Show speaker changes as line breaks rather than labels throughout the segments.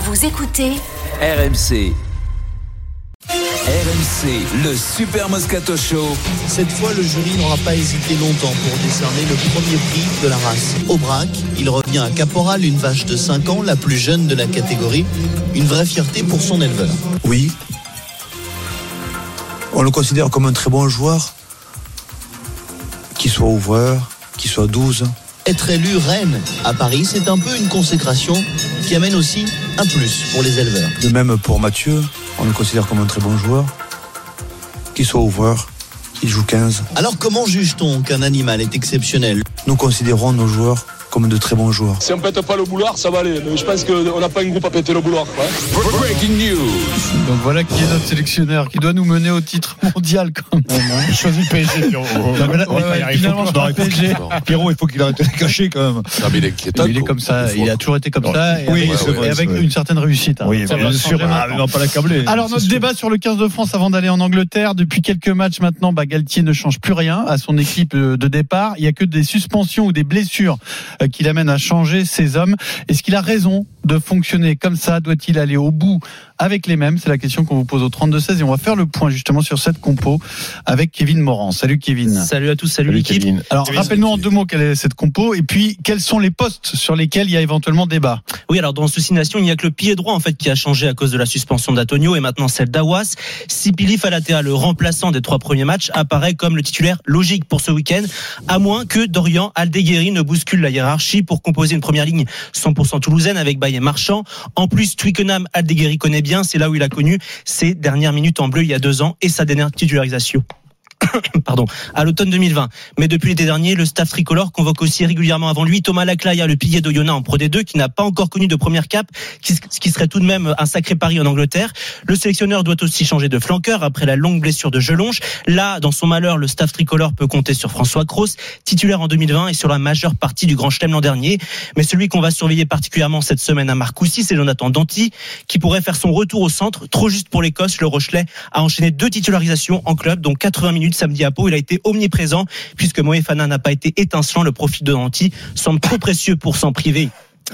Vous écoutez
RMC. RMC, le Super Moscato Show.
Cette fois, le jury n'aura pas hésité longtemps pour décerner le premier prix de la race. Aubrac, il revient à Caporal, une vache de 5 ans, la plus jeune de la catégorie. Une vraie fierté pour son éleveur.
Oui. On le considère comme un très bon joueur, qu'il soit ouvreur, qu'il soit 12.
Être élu reine à Paris, c'est un peu une consécration qui amène aussi un plus pour les éleveurs.
De même pour Mathieu, on le considère comme un très bon joueur, qu'il soit ouvreur, qu'il joue 15.
Alors comment juge-t-on qu'un animal est exceptionnel
Nous considérons nos joueurs comme de très bons joueurs.
Si on pète pas le boulard, ça va aller. Mais je pense qu'on n'a pas un groupe à péter le boulard. quoi.
Breaking news.
Donc voilà qui est notre sélectionneur, qui doit nous mener au titre mondial quand même.
Choisis PSG, Pierrot.
Non, mais là, ouais, ouais, finalement,
il
je parle PSG.
Pierrot, il faut qu'il arrête de les cacher quand même.
Non, mais il est inquiétant,
Il est
quoi.
comme ça, il a toujours été comme
Non,
ça, et
oui,
avec-
c'est vrai,
et avec
c'est vrai.
une certaine réussite. hein.
Oui,
Ça
bien
va
sûr.
changer maintenant.
Ah, mais non, pas l'accabler.
Alors notre
C'est sûr.
débat sur le 15 de France avant d'aller en Angleterre, depuis quelques matchs maintenant, bah, Galtier ne change plus rien à son équipe euh, de départ. Il n'y a que des suspensions ou des blessures euh, qui l'amènent à changer ses hommes. Est-ce qu'il a raison de fonctionner comme ça Doit-il aller au bout avec les mêmes C'est la question qu'on vous pose au 32-16 et on va faire le point justement sur cette compo avec Kevin Moran. Salut Kevin.
Salut à tous, salut,
Salut,
l'équipe.
Kevin.
Alors rappelle-nous en deux mots quelle est cette compo et puis quels sont les postes sur lesquels il y a éventuellement débat.
Oui, alors dans Souci Nation, il n'y a que le pied droit en fait qui a changé à cause de la suspension d'Atonio et maintenant celle d'Awas. Sipili Falatea, le remplaçant des trois premiers matchs, apparaît comme le titulaire logique pour ce week-end, à moins que Dorian Aldeguerri ne bouscule la hiérarchie pour composer une première ligne 100% toulousaine avec Baye et Marchand. En plus, Twickenham, Aldeguerri connaît bien, c'est là où il a connu ses dernières minutes en bleu il y a deux ans et sa dernière titularisation. pardon, à l'automne 2020. Mais depuis l'été dernier, le staff tricolore convoque aussi régulièrement avant lui Thomas Laclaya, le pilier d'Oyonnax en Pro D2, qui n'a pas encore connu de première cape, qui- ce qui serait tout de même un sacré pari en Angleterre. Le sélectionneur doit aussi changer de flanqueur après la longue blessure de Gelonge. Là, dans son malheur, le staff tricolore peut compter sur François Cross, titulaire en 2020 et sur la majeure partie du Grand Chelem l'an dernier. Mais celui qu'on va surveiller particulièrement cette semaine à Marcoussis, c'est Jonathan Danti, qui pourrait faire son retour au centre, trop juste pour l'Écosse. Le Rochelet a enchaîné deux titularisations en club, dont 80 minutes samedi à Pau. Il a été omniprésent, puisque Moefana n'a pas été étincelant. Le profit de Danti semble trop précieux pour s'en priver.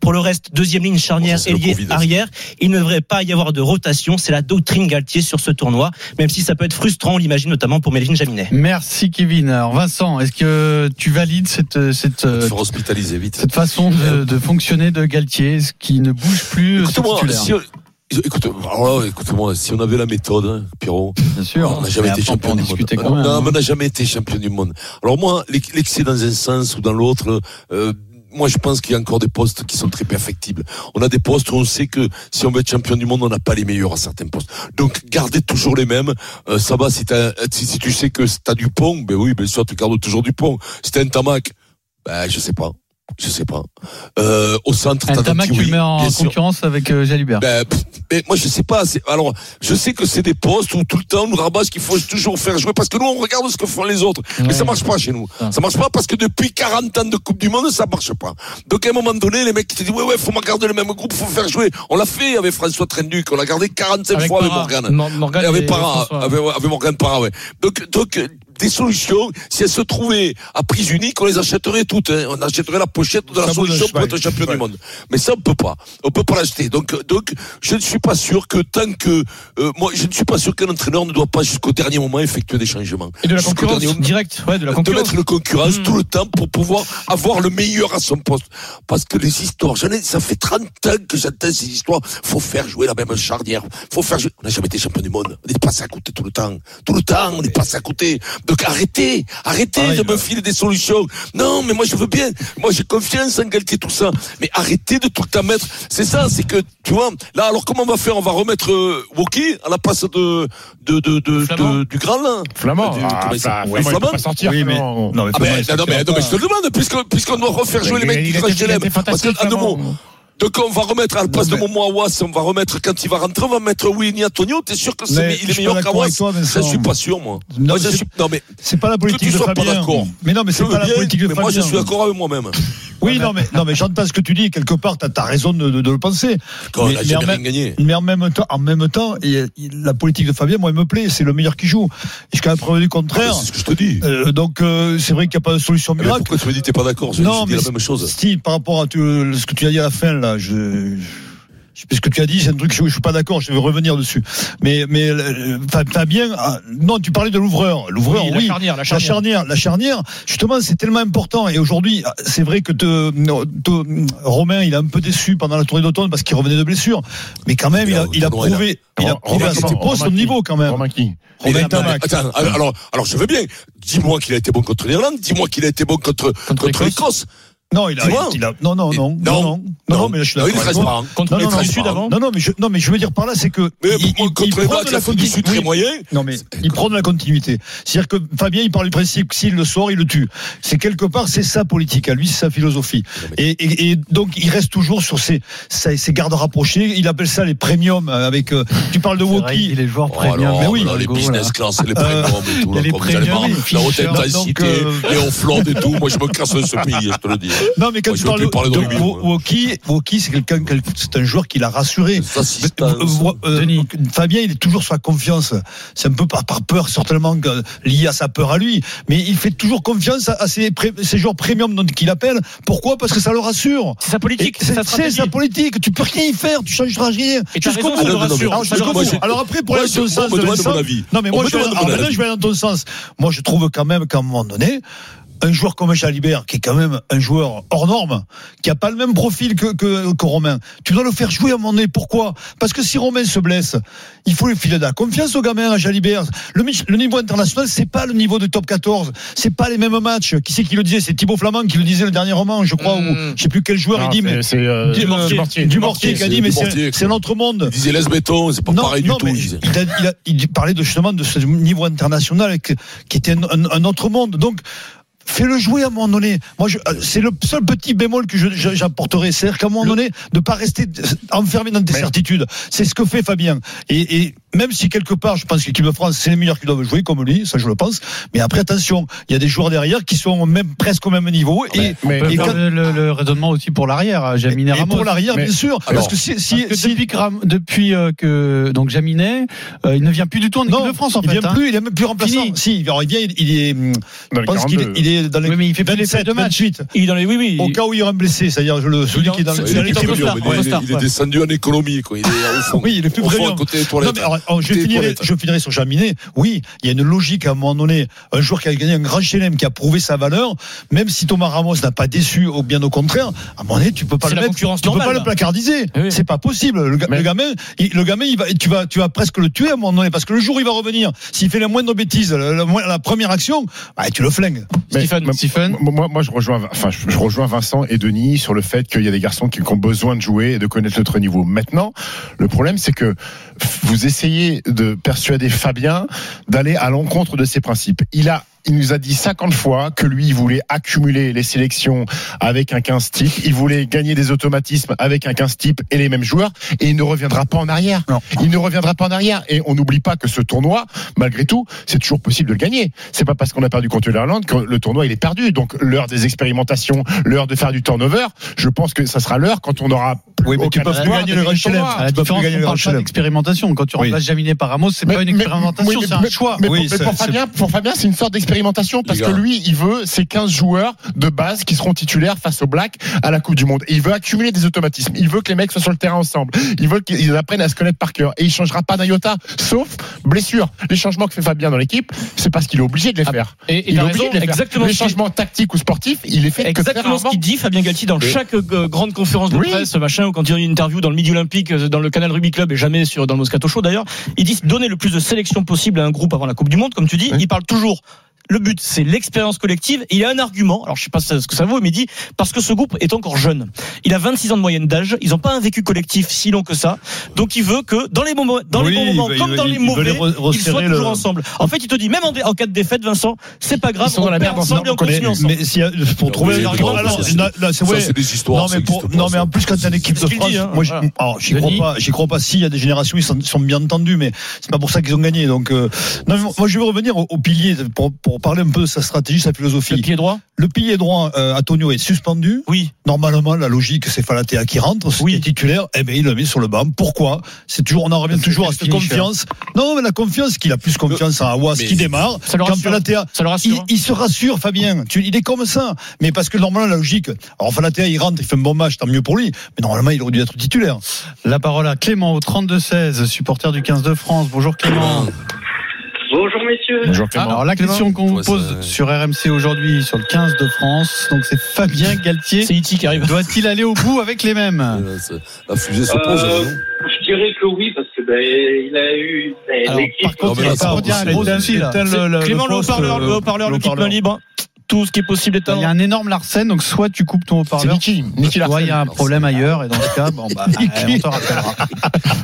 Pour le reste, deuxième ligne charnière,
Bon, ça, c'est le
ailier,
Covid, hein. ça.
arrière. Il ne devrait pas y avoir de rotation. C'est la doctrine Galtier sur ce tournoi, même si ça peut être frustrant, on l'imagine notamment pour Melvin Jaminet.
Merci Kevin. Alors Vincent, est-ce que tu valides cette cette
Il faut
euh,
se faire hospitaliser vite.
cette façon de, de fonctionner de Galtier, ce qui ne bouge plus euh, son
Écoute-moi,
titulaire.
si on- écoute- alors là, écoute-moi, si on avait la méthode, hein, Pierrot,
bien sûr.
on n'a jamais
Mais
été
après,
champion
on
du
peut en
monde.
discuter quand même.
non,
hein.
mais on n'a jamais été champion du monde. Alors moi, l'ex- l'excès dans un sens ou dans l'autre, euh, moi je pense qu'il y a encore des postes qui sont très perfectibles. On a des postes où on sait que si on veut être champion du monde, on n'a pas les meilleurs à certains postes. Donc garder toujours les mêmes, euh, ça va si, t'as- si, si tu sais que tu as du pont, ben oui, bien sûr, tu gardes toujours du pont. Si t'as un tamac, ben je sais pas. Je sais pas. Euh, au centre,
Un
t'as
Tamac,
Danti,
tu le
oui,
mets en
bien sûr.
concurrence avec euh, Jalibert.
Ben, pff, mais moi, je sais pas. c'est- Alors, je sais que c'est des postes où tout le temps, on nous ramasse qu'il faut toujours faire jouer. Parce que nous, on regarde ce que font les autres. Ben, Mais ça marche pas chez nous. Ça marche pas parce que depuis 40 ans de Coupe du Monde, ça marche pas. Donc, à un moment donné, les mecs, ils te disent, ouais, ouais, faut garder le même groupe, faut faire jouer. On l'a fait avec François Trenduc. On l'a gardé 45
Avec
fois Eh,
Parra.
avec Morgane.
Mor- Morgane
Et avec
et
Parra.
François.
Avec, ouais, avec Morgane Parra, ouais. Donc, donc, euh, des solutions, si elles se trouvaient à prise unique, on les achèterait toutes. hein. On achèterait la pochette de la
Ça vaut le
solution pour être
cheval.
champion du
Ouais.
monde. Mais ça, on peut pas. On peut pas l'acheter. Donc, euh, donc, je ne suis pas sûr que tant que euh, moi, je ne suis pas sûr qu'un entraîneur ne doit pas jusqu'au dernier moment effectuer des changements.
Et de la
Jusqu'au
concurrence
dernier moment.
directe. Ouais, de la
de
concurrence. Hmm.
mettre le concurrence tout le temps pour pouvoir avoir le meilleur à son poste. Parce que les histoires, j'en ai, ça fait 30 ans que j'entends ces histoires. Faut faire jouer la même charnière. Faut faire jouer. On n'a jamais été champion du monde. On est passé à côté tout le temps. Tout le temps, on est passé à côté. Donc arrêtez, arrêtez
Pareil, hein.
de me
là.
filer des solutions. Non, mais moi je veux bien. Moi j'ai confiance en Galtier, tout ça. Mais arrêtez de tout le temps mettre. C'est ça, c'est que, tu vois, là, alors comment on va faire On va remettre euh, Woki à la place de, de, de, de-
Flamand.
de- du Grand, là
Flamand.
Du-
Ah,
comment il
Fla-
s'appelle
Flamand, il peut
Flamand
pas sortir.
Oui, mais-
Flamand. Non, mais
ah ben, non, non, mais, non, mais je te le demande, puisque- puisqu'on doit refaire jouer les
Il-
mecs
il
qui
était-
crachent les
il
lèvres.
était
Parce
fantastique,
qu'en deux
Flamand.
mots, Donc on va remettre à la place
Non, mais-
de Momo Awas, on va remettre quand il va rentrer, on va mettre Winnie Antonio. T'es sûr que c'est
Mais
il
je
est
suis
meilleur
pas d'accord
qu'Awas
avec toi, Vincent.
Je suis pas sûr moi.
Non,
Moi,
mais
je
c'est-
suis- non, mais
C'est pas la
que
politique
tu
de
sois pas
Fabien.
d'accord.
Mais non, mais
je
c'est
veux
pas la
bien,
politique de
mais moi je
Fabien.
suis d'accord avec moi-même.
Oui, non, mais, non, mais j'entends ce que tu dis, et quelque part, t'as as raison de, de- de le penser.
Quand on
Mais-
a
mais
jamais
en
rien
même-
gagné.
Mais en même temps, en même temps il- il- la politique de Fabien, moi, elle me plaît. C'est le meilleur qui joue. Jusqu'à la preuve du contraire.
Ah, C'est ce que je te dis.
Euh, donc, euh, c'est vrai qu'il n'y a pas de solution
Mais
miracle.
pourquoi tu me dis que t'es pas d'accord Je
Non,
dis la
mais
même chose.
Steve, par rapport à tu- ce que tu as dit à la fin, là, je. je sais plus ce que tu as dit, c'est un truc où je suis pas d'accord, je vais revenir dessus. Mais, mais euh, Fa- Fabien, ah, non, tu parlais de l'ouvreur. L'ouvreur,
Oui,
oui.
la charnière, la charnière.
la charnière, justement, c'est tellement important. Et aujourd'hui, ah, c'est vrai que te- no- te- Romain, il a un peu déçu pendant la tournée d'automne parce qu'il revenait de blessure. Mais quand même,
Mais
il a,
alors,
il a
Benoît, il a-
prouvé, il a
Romain,
prouvé à
Romain,
son poste son
Romain,
niveau quand même.
Romain qui
Il a-
Romain
non, mais
Tamac.
attends, alors, alors, alors, je veux bien. Dis-moi qu'il a été bon contre l'Irlande. Dis-moi qu'il a été bon contre, contre, l'Écosse.
Non, il a,
Dis-moi.
il a- non, non, non,
Il- non.
non, non, non, non, mais là, je suis
Non,
d'accord.
il ne
avec
reste
toi.
pas. hein.
Non, non,
il
non,
reste
Sud
pas,
avant. Non, non, mais je, non, mais je veux dire par là, c'est que.
Mais
il- il- il
contre les
prend de
Bois,
la
c'est du Sud
continuité.
très moyen.
Non, mais il prend de la continuité. C'est-à-dire que Fabien, il parle du principe que s'il le sort, il le tue. C'est quelque part, c'est sa politique à lui, c'est sa philosophie. Et, et- et donc, il reste toujours sur ses, ses, ses gardes rapprochés. Il appelle ça les premiums euh, avec. euh, tu parles de Woki.
les joueurs
Oh,
premium.
alors,
mais oui,
là, les business class, les premiums et tout.
il y a
là,
les
comme vous allez
premiums,
voir,
les
La haute
Fischer,
intensité,
donc,
les offlandes et tout. Moi, je me casse de ce pays, je te le dis.
Non, mais quand
Moi,
tu
je veux
parles
plus parler de
de
rugby,
Wo-
moi.
Woki, Woki, c'est quelqu'un, quel- c'est un joueur qui l'a rassuré.
Ça, si c'est
Euh,
un-
vo- euh,
Denis.
Fabien, il est toujours sur la confiance. C'est un peu par, par peur, certainement, que- lié à sa peur à lui. Mais il fait toujours confiance à, à ses, pré- ses joueurs premium dont- qu'il appelle. Pourquoi Parce que ça le rassure.
C'est sa politique,
Et
c'est sa
C'est
stratégie.
sa politique. Tu peux rien y faire. Tu changeras rien.
Et t'as
Jusqu'au
raison, ça
bout.
le
Ah, non, non,
rassure.
Alors,
ça le
jusqu'au
moi,
bout.
rassure.
j'ai-
Alors après, pour
Moi,
aller
je-
dans le
on
sens
me
de
demande
Vincent-
mon avis.
Non, mais
On
moi,
me
je vais,
demande mon
ah, maintenant,
avis.
je vais aller dans ton sens. Moi, je trouve quand même qu'à un moment donné, un joueur comme Jalibert, qui est quand même un joueur hors norme, qui a pas le même profil que, que, que Romain, tu dois le faire jouer à un moment donné. Pourquoi Parce que si Romain se blesse, il faut lui filer de la confiance au gamin, à Jalibert. Le, mich- le niveau international, c'est pas le niveau de top 14. C'est pas les mêmes matchs. Qui c'est qui le disait C'est Thibaut Flamand qui le disait le dernier roman, je crois, ou je sais plus quel joueur il dit, mais.
Hmm. C'est euh,
Du
Dumortier.
Mortier, du Mortier qui a
c'est
dit, mais c'est
Dumortier,
c'est un autre monde.
Il disait laisse-béton, c'est pas pareil du tout.
mais
il disait.
il, a, il a- il parlait de, justement de ce niveau international que- qui était un, un- un autre monde. Donc, fais-le jouer à un moment donné. Moi, je- euh, c'est le seul petit bémol que je- je- j'apporterai. C'est-à-dire qu'à un moment donné, de pas rester enfermé dans tes certitudes. C'est ce que fait Fabien. Et, et même si quelque part, je pense que l'équipe de France, c'est les meilleurs qui doivent jouer, comme lui, ça je le pense. Mais après, attention, il y a des joueurs derrière qui sont au même, presque au même niveau. Et,
mais-
et
Et
quand-
le, le- le raisonnement aussi pour l'arrière, Jaminet
et
Ramos.
pour l'arrière,
Mais-
bien sûr.
Alors,
parce que si, si,
Parce que
si-
depuis, que Ram- depuis euh, que donc Jaminet, euh, il ne vient plus du tout en équipe
Non,
de France en
il
fait.
vient
hein.
plus, il est même plus remplaçant.
Fini.
Si, alors il vient, il, il est. hum,
Dans
Je
le
pense qu'il est,
42.
il est dans les
Oui, mais il fait plus les fêtes de match.
28.
Il est dans les oui oui.
Au cas où il y aura un blessé, c'est-à-dire je le- celui
Il est
qui est dans
en-
le.
Il
c'est
est
la
plus
victoire
brillant,
au
mais il est-
Star,
il est
ouais.
descendu en économie. quoi. Il est au fond.
Oui, il est plus
au fond,
brillant.
à côté des
Non,
toilettes.
mais alors, alors, je,
Côté des
finirai,
toilettes.
je finirai sur Jaminet. Oui, il y a une logique à un moment donné. Un joueur qui a gagné un grand chelem, qui a prouvé sa valeur, même si Thomas Ramos n'a pas déçu, au bien au contraire, à un moment donné, tu peux pas
C'est
le
la
mettre, tu
concurrence
peux pas
normale,
le
là.
placardiser.
Oui.
C'est pas possible. Le, ga-
Mais-
le gamin, il, le gamin, il va, tu vas, tu vas presque le tuer à un moment donné, parce que le jour où il va revenir, s'il fait la moindre bêtise, la, la mo- la première action, bah, tu le flingues.
Mais- Stéphane.
Mais- Stéphane.
Moi- Moi, moi, je rejoins, enfin, je, je rejoins Vincent et Denis sur le fait qu'il y a des garçons qui, qui ont besoin de jouer et de connaître notre niveau. Maintenant, le problème, c'est que vous essayez de persuader Fabien d'aller à l'encontre de ses principes. Il a il nous a dit 50 fois que lui, il voulait accumuler les sélections avec un 15 type. Il voulait gagner des automatismes avec un 15 type et les mêmes joueurs. Et il ne reviendra pas en arrière. Il ne reviendra pas en arrière. Et on n'oublie pas que ce tournoi, malgré tout, c'est toujours possible de le gagner. C'est pas parce qu'on a perdu contre l'Irlande que le tournoi il est perdu. Donc l'heure des expérimentations, l'heure de faire du turnover, je pense que ça sera l'heure quand on aura plus
Oui, mais tu
aucun
peux plus
espoir
gagner
de gagner
le Grand
le
Chelem.
tournoi.
À la
Tu peux plus
différence,
gagner
on
le
parle
Grand
pas
Chelem.
d'expérimentation. Quand tu
Oui.
remplaces Jaminet par Ramos, c'est
Mais-
pas une
mais-
expérimentation,
oui,
c'est un
mais-
choix.
Mais
Oui,
pour, mais
c'est-
pour Fabien, pour Fabien, c'est une sorte d'expérimentation parce
Les
que
gars.
lui, il veut ses 15 joueurs de base qui seront titulaires face aux Blacks à la Coupe du Monde. Et il veut accumuler des automatismes. Il veut que les mecs soient sur le terrain ensemble. Il veut qu'ils apprennent à se connaître par cœur. Et il changera pas d'un iota, sauf blessure. Les changements que fait Fabien dans l'équipe, c'est parce qu'il est obligé de les faire.
et- et
il est
t'as
obligé
raison,
de les faire.
exactement
Les
ce qui-
changements tactiques ou sportifs, il les fait que
Exactement ce
très
qu'il dit Fabien Galtier dans chaque euh, grande conférence de
Oui.
presse, machin, ou quand il y a une interview dans le Midi Olympique, euh, dans le Canal Rugby Club et jamais sur dans le Moscato Show d'ailleurs. Ils disent donner le plus de sélection possible à un groupe avant la Coupe du Monde, comme tu dis. Ils parlent toujours Le but, c'est l'expérience collective. Et il a un argument, alors je sais pas ce que ça vaut, mais il dit, parce que ce groupe est encore jeune. Il a 26 ans de moyenne d'âge, ils n'ont pas un vécu collectif si long que ça. Donc il veut que dans les moments, dans
Oui,
les bons moments,
il veut-
comme
il
dans
veut-
les
il veut
mauvais,
les re-
ils soient
resserrer
toujours
le-
ensemble. En fait, il te dit, même en, dé- en cas de défaite, Vincent, c'est pas grave,
Ils sont
on
dans la
perd
merde
ensemble et on continue ensemble.
Mais s'il y a- pour trouver
mais
un argument,
bravo,
alors,
ça, c'est-
là, là, c'est
ça,
ouais.
c'est des histoires,
Non,
ça
mais, pour-
existe pas,
non, mais
ça.
en plus, quand t'as l'équipe
C'est
de
ce qu'il
France,
dit, hein.
moi, je-
Voilà.
alors, j'y crois
Denis.
pas, j'y crois pas. S'il y a des générations, ils sont, sont bien entendus, mais c'est pas pour ça qu'ils ont gagné. Donc, euh, non, mais moi, je vais revenir au, au pilier pour, pour parler un peu de sa stratégie, sa philosophie.
Le pied droit
Le pilier droit, euh, Antonio est suspendu.
Oui.
Normalement, la logique, c'est Falatea qui rentre, c'est le titulaire. Eh ben, il le met sur le banc. Pourquoi C'est toujours, on en revient toujours à cette
finisher.
confiance. Non, mais la confiance qu'il a plus confiance à Awas
Mais-
qui démarre.
Ça le
qu'en
rassure.
Falatea.
Ça le rassure.
Il, il se rassure, Fabien. Tu- il est comme ça. Mais parce que normalement, la logique. Alors, Falatea, il rentre, il fait un bon match, tant mieux pour lui. Mais normalement, il aurait dû être titulaire.
La parole à Clément au 32-16, supporter du 15 de France. Bonjour Clément.
Bonjour messieurs.
Bonjour Clément.
Alors la question qu'on vous
Toi, ça,
pose
ouais.
sur RMC aujourd'hui sur le 15 de France, donc c'est Fabien Galtier.
E
C'est Iti qui arrive.
Doit-il aller au bout avec les mêmes
Voilà, ça- La fusée se pose.
Euh,
hein.
je dirais que oui parce que ben, il a eu ben,
Alors,
l'équipe.
par contre,
mais
il
là,
y a
ça
pas-
va
il y a un
pas.
gros souci, là.
C'est- Clément, le haut-parleur, le haut-parleur, le kit main libre. Tout ce qui est possible est à
Ah, Il y a un énorme Larsen, donc soit tu coupes ton
C'est
haut-parleur,
Nicky. Nicky
soit il y a un
Larsen.
problème ailleurs, et dans ce cas, bon, bah, on te rappellera.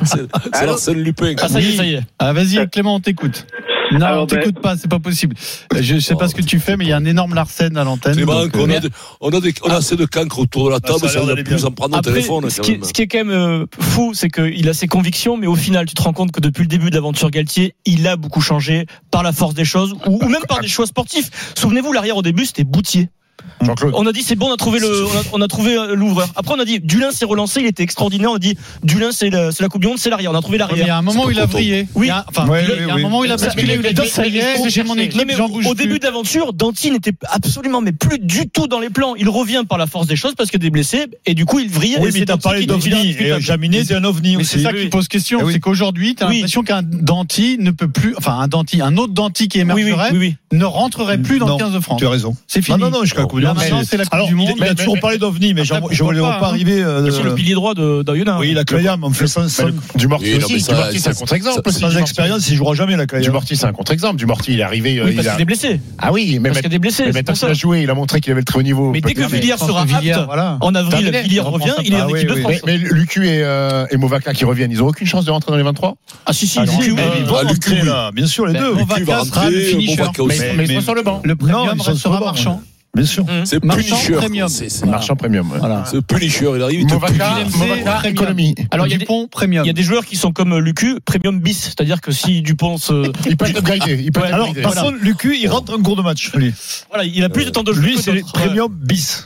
C'est c'est
Allô
Arsène Lupin.
Ah, ça y est, ça y est.
Ah, vas-y, Clément, on t'écoute. Non,
Alors,
on
ben-
t'écoute pas, c'est pas possible. Euh, Je, je sais pas ce que tu fais, mais il y a un énorme Larsen à l'antenne.
Clément,
donc,
qu'on
euh,
a des- on a, des- on a assez de cancres autour de la table,
Ah. ça a
ça
l'air
ne
d'aller
plus
bien.
en prendre au
Après,
téléphone.
ce,
quand
qui
même.
est, ce qui est quand même euh, fou, c'est qu'il a ses convictions, mais au final, tu te rends compte que depuis le début de l'aventure Galtier, il a beaucoup changé par la force des choses ou, ou même par des choix sportifs. Souvenez-vous, l'arrière au début, c'était Boutier.
Jean-Claude.
On a dit c'est bon, on a trouvé le, on a, on a trouvé euh, l'ouvreur. Après, on a dit Dulin s'est relancé, il était extraordinaire. On a dit Dulin, c'est la, c'est la Coupe du Monde, c'est l'arrière. On a trouvé
Il y
l'arrière.
a un moment où il a vrillé.
Oui.
Il y a- Enfin,
Ouais,
il y a- il y a un
oui, oui.
moment où il a basculé, où il a dit, ça y est, j'ai mon
Non,
équipe,
mais
j'en
au-
bouge
au début
plus.
de l'aventure, Danti n'était absolument mais plus du tout dans les plans. Il revient par la force des choses parce qu'il est blessé et du coup il vrille.
Oui,
et
mais
c'est
t'as
Danti
parlé
qui- qui l'a
d'OVNI. Et euh,
discutable.
Jaminet, c'est un OVNI
Mais
aussi.
c'est ça qui pose question,
Eh oui.
c'est qu'aujourd'hui, t'as
Ah Oui.
l'impression qu'un denti ne peut plus, enfin un denti, un autre denti qui
Oui, oui,
émergerait
oui, oui.
ne rentrerait plus dans
Non,
le 15 de France.
Tu as raison.
C'est fini.
Non, non, non, jusqu'à la Coupe du
Là,
Monde.
maintenant, c'est la Coupe
Alors,
du Monde.
Il a- il a
Mais-
toujours
mais-
parlé d'OVNI, mais
Après,
j'en- je ne
pourquoi
voulais
pas,
pas
hein.
arriver. euh,
Sur le pilier droit de d'Ayuna. hein,
Oui, la Clayam, on fait sans,
Mais
sans,
le- Du Morty
Oui, non, mais
aussi.
ça-
Du Morty, c'est
ça-
un contre-exemple. aussi.
sans expérience, il jouera jamais la
Du
Clayam.
Morty, c'est un contre-exemple. Du Morty, il est arrivé. euh,
Oui, parce
il
qu'il
a...
est blessé.
Ah oui, mais
Parce qu'il y a
maintenant
des blessés.
mais
c'est
maintenant
pour
qu'il
ça.
a joué, il a montré qu'il avait le très haut niveau.
Mais dès que
Peut-être.
Villiers
pense
sera
que Villiers,
apte,
voilà.
en avril,
Terminé.
Villiers revient, il est
Ah
en
oui,
équipe de
oui.
France.
Mais, mais Lucu et, euh, et Movaca qui reviennent, ils n'ont aucune chance de rentrer dans les 23
Ah si, si,
Ah,
il
non,
est-
mais
euh,
ils vont
Ah, Lucu,
rentrer,
oui.
là, bien sûr, les
Ben,
deux.
on
Qui
va
va
sera le
rentrer,
finisher.
Boubacar aussi.
mais, mais ils sont sur le banc.
Le
Non,
premium
ils sont sur
restera
le banc,
marchand.
Bien sûr.
C'est
Marchand
Punisher.
premium.
C'est c'est-
Marchand premium. ouais.
Voilà.
c'est Punisher, il arrive, il te
Movaca,
punit.
Movaca,
Premium.
économie.
Alors, il y a des-
Dupont premium.
Il y a des joueurs qui sont comme euh, Lucu, premium bis, c'est-à-dire que si Dupont
Euh,
se...
Il peut être upgradé. Il peut être
Alors,
upgradé.
par contre, Lucu, il rentre en cours de match. Lui,
Voilà, il a plus de temps de jeu
Lui,
que
c'est
d'autres. euh.
premium bis.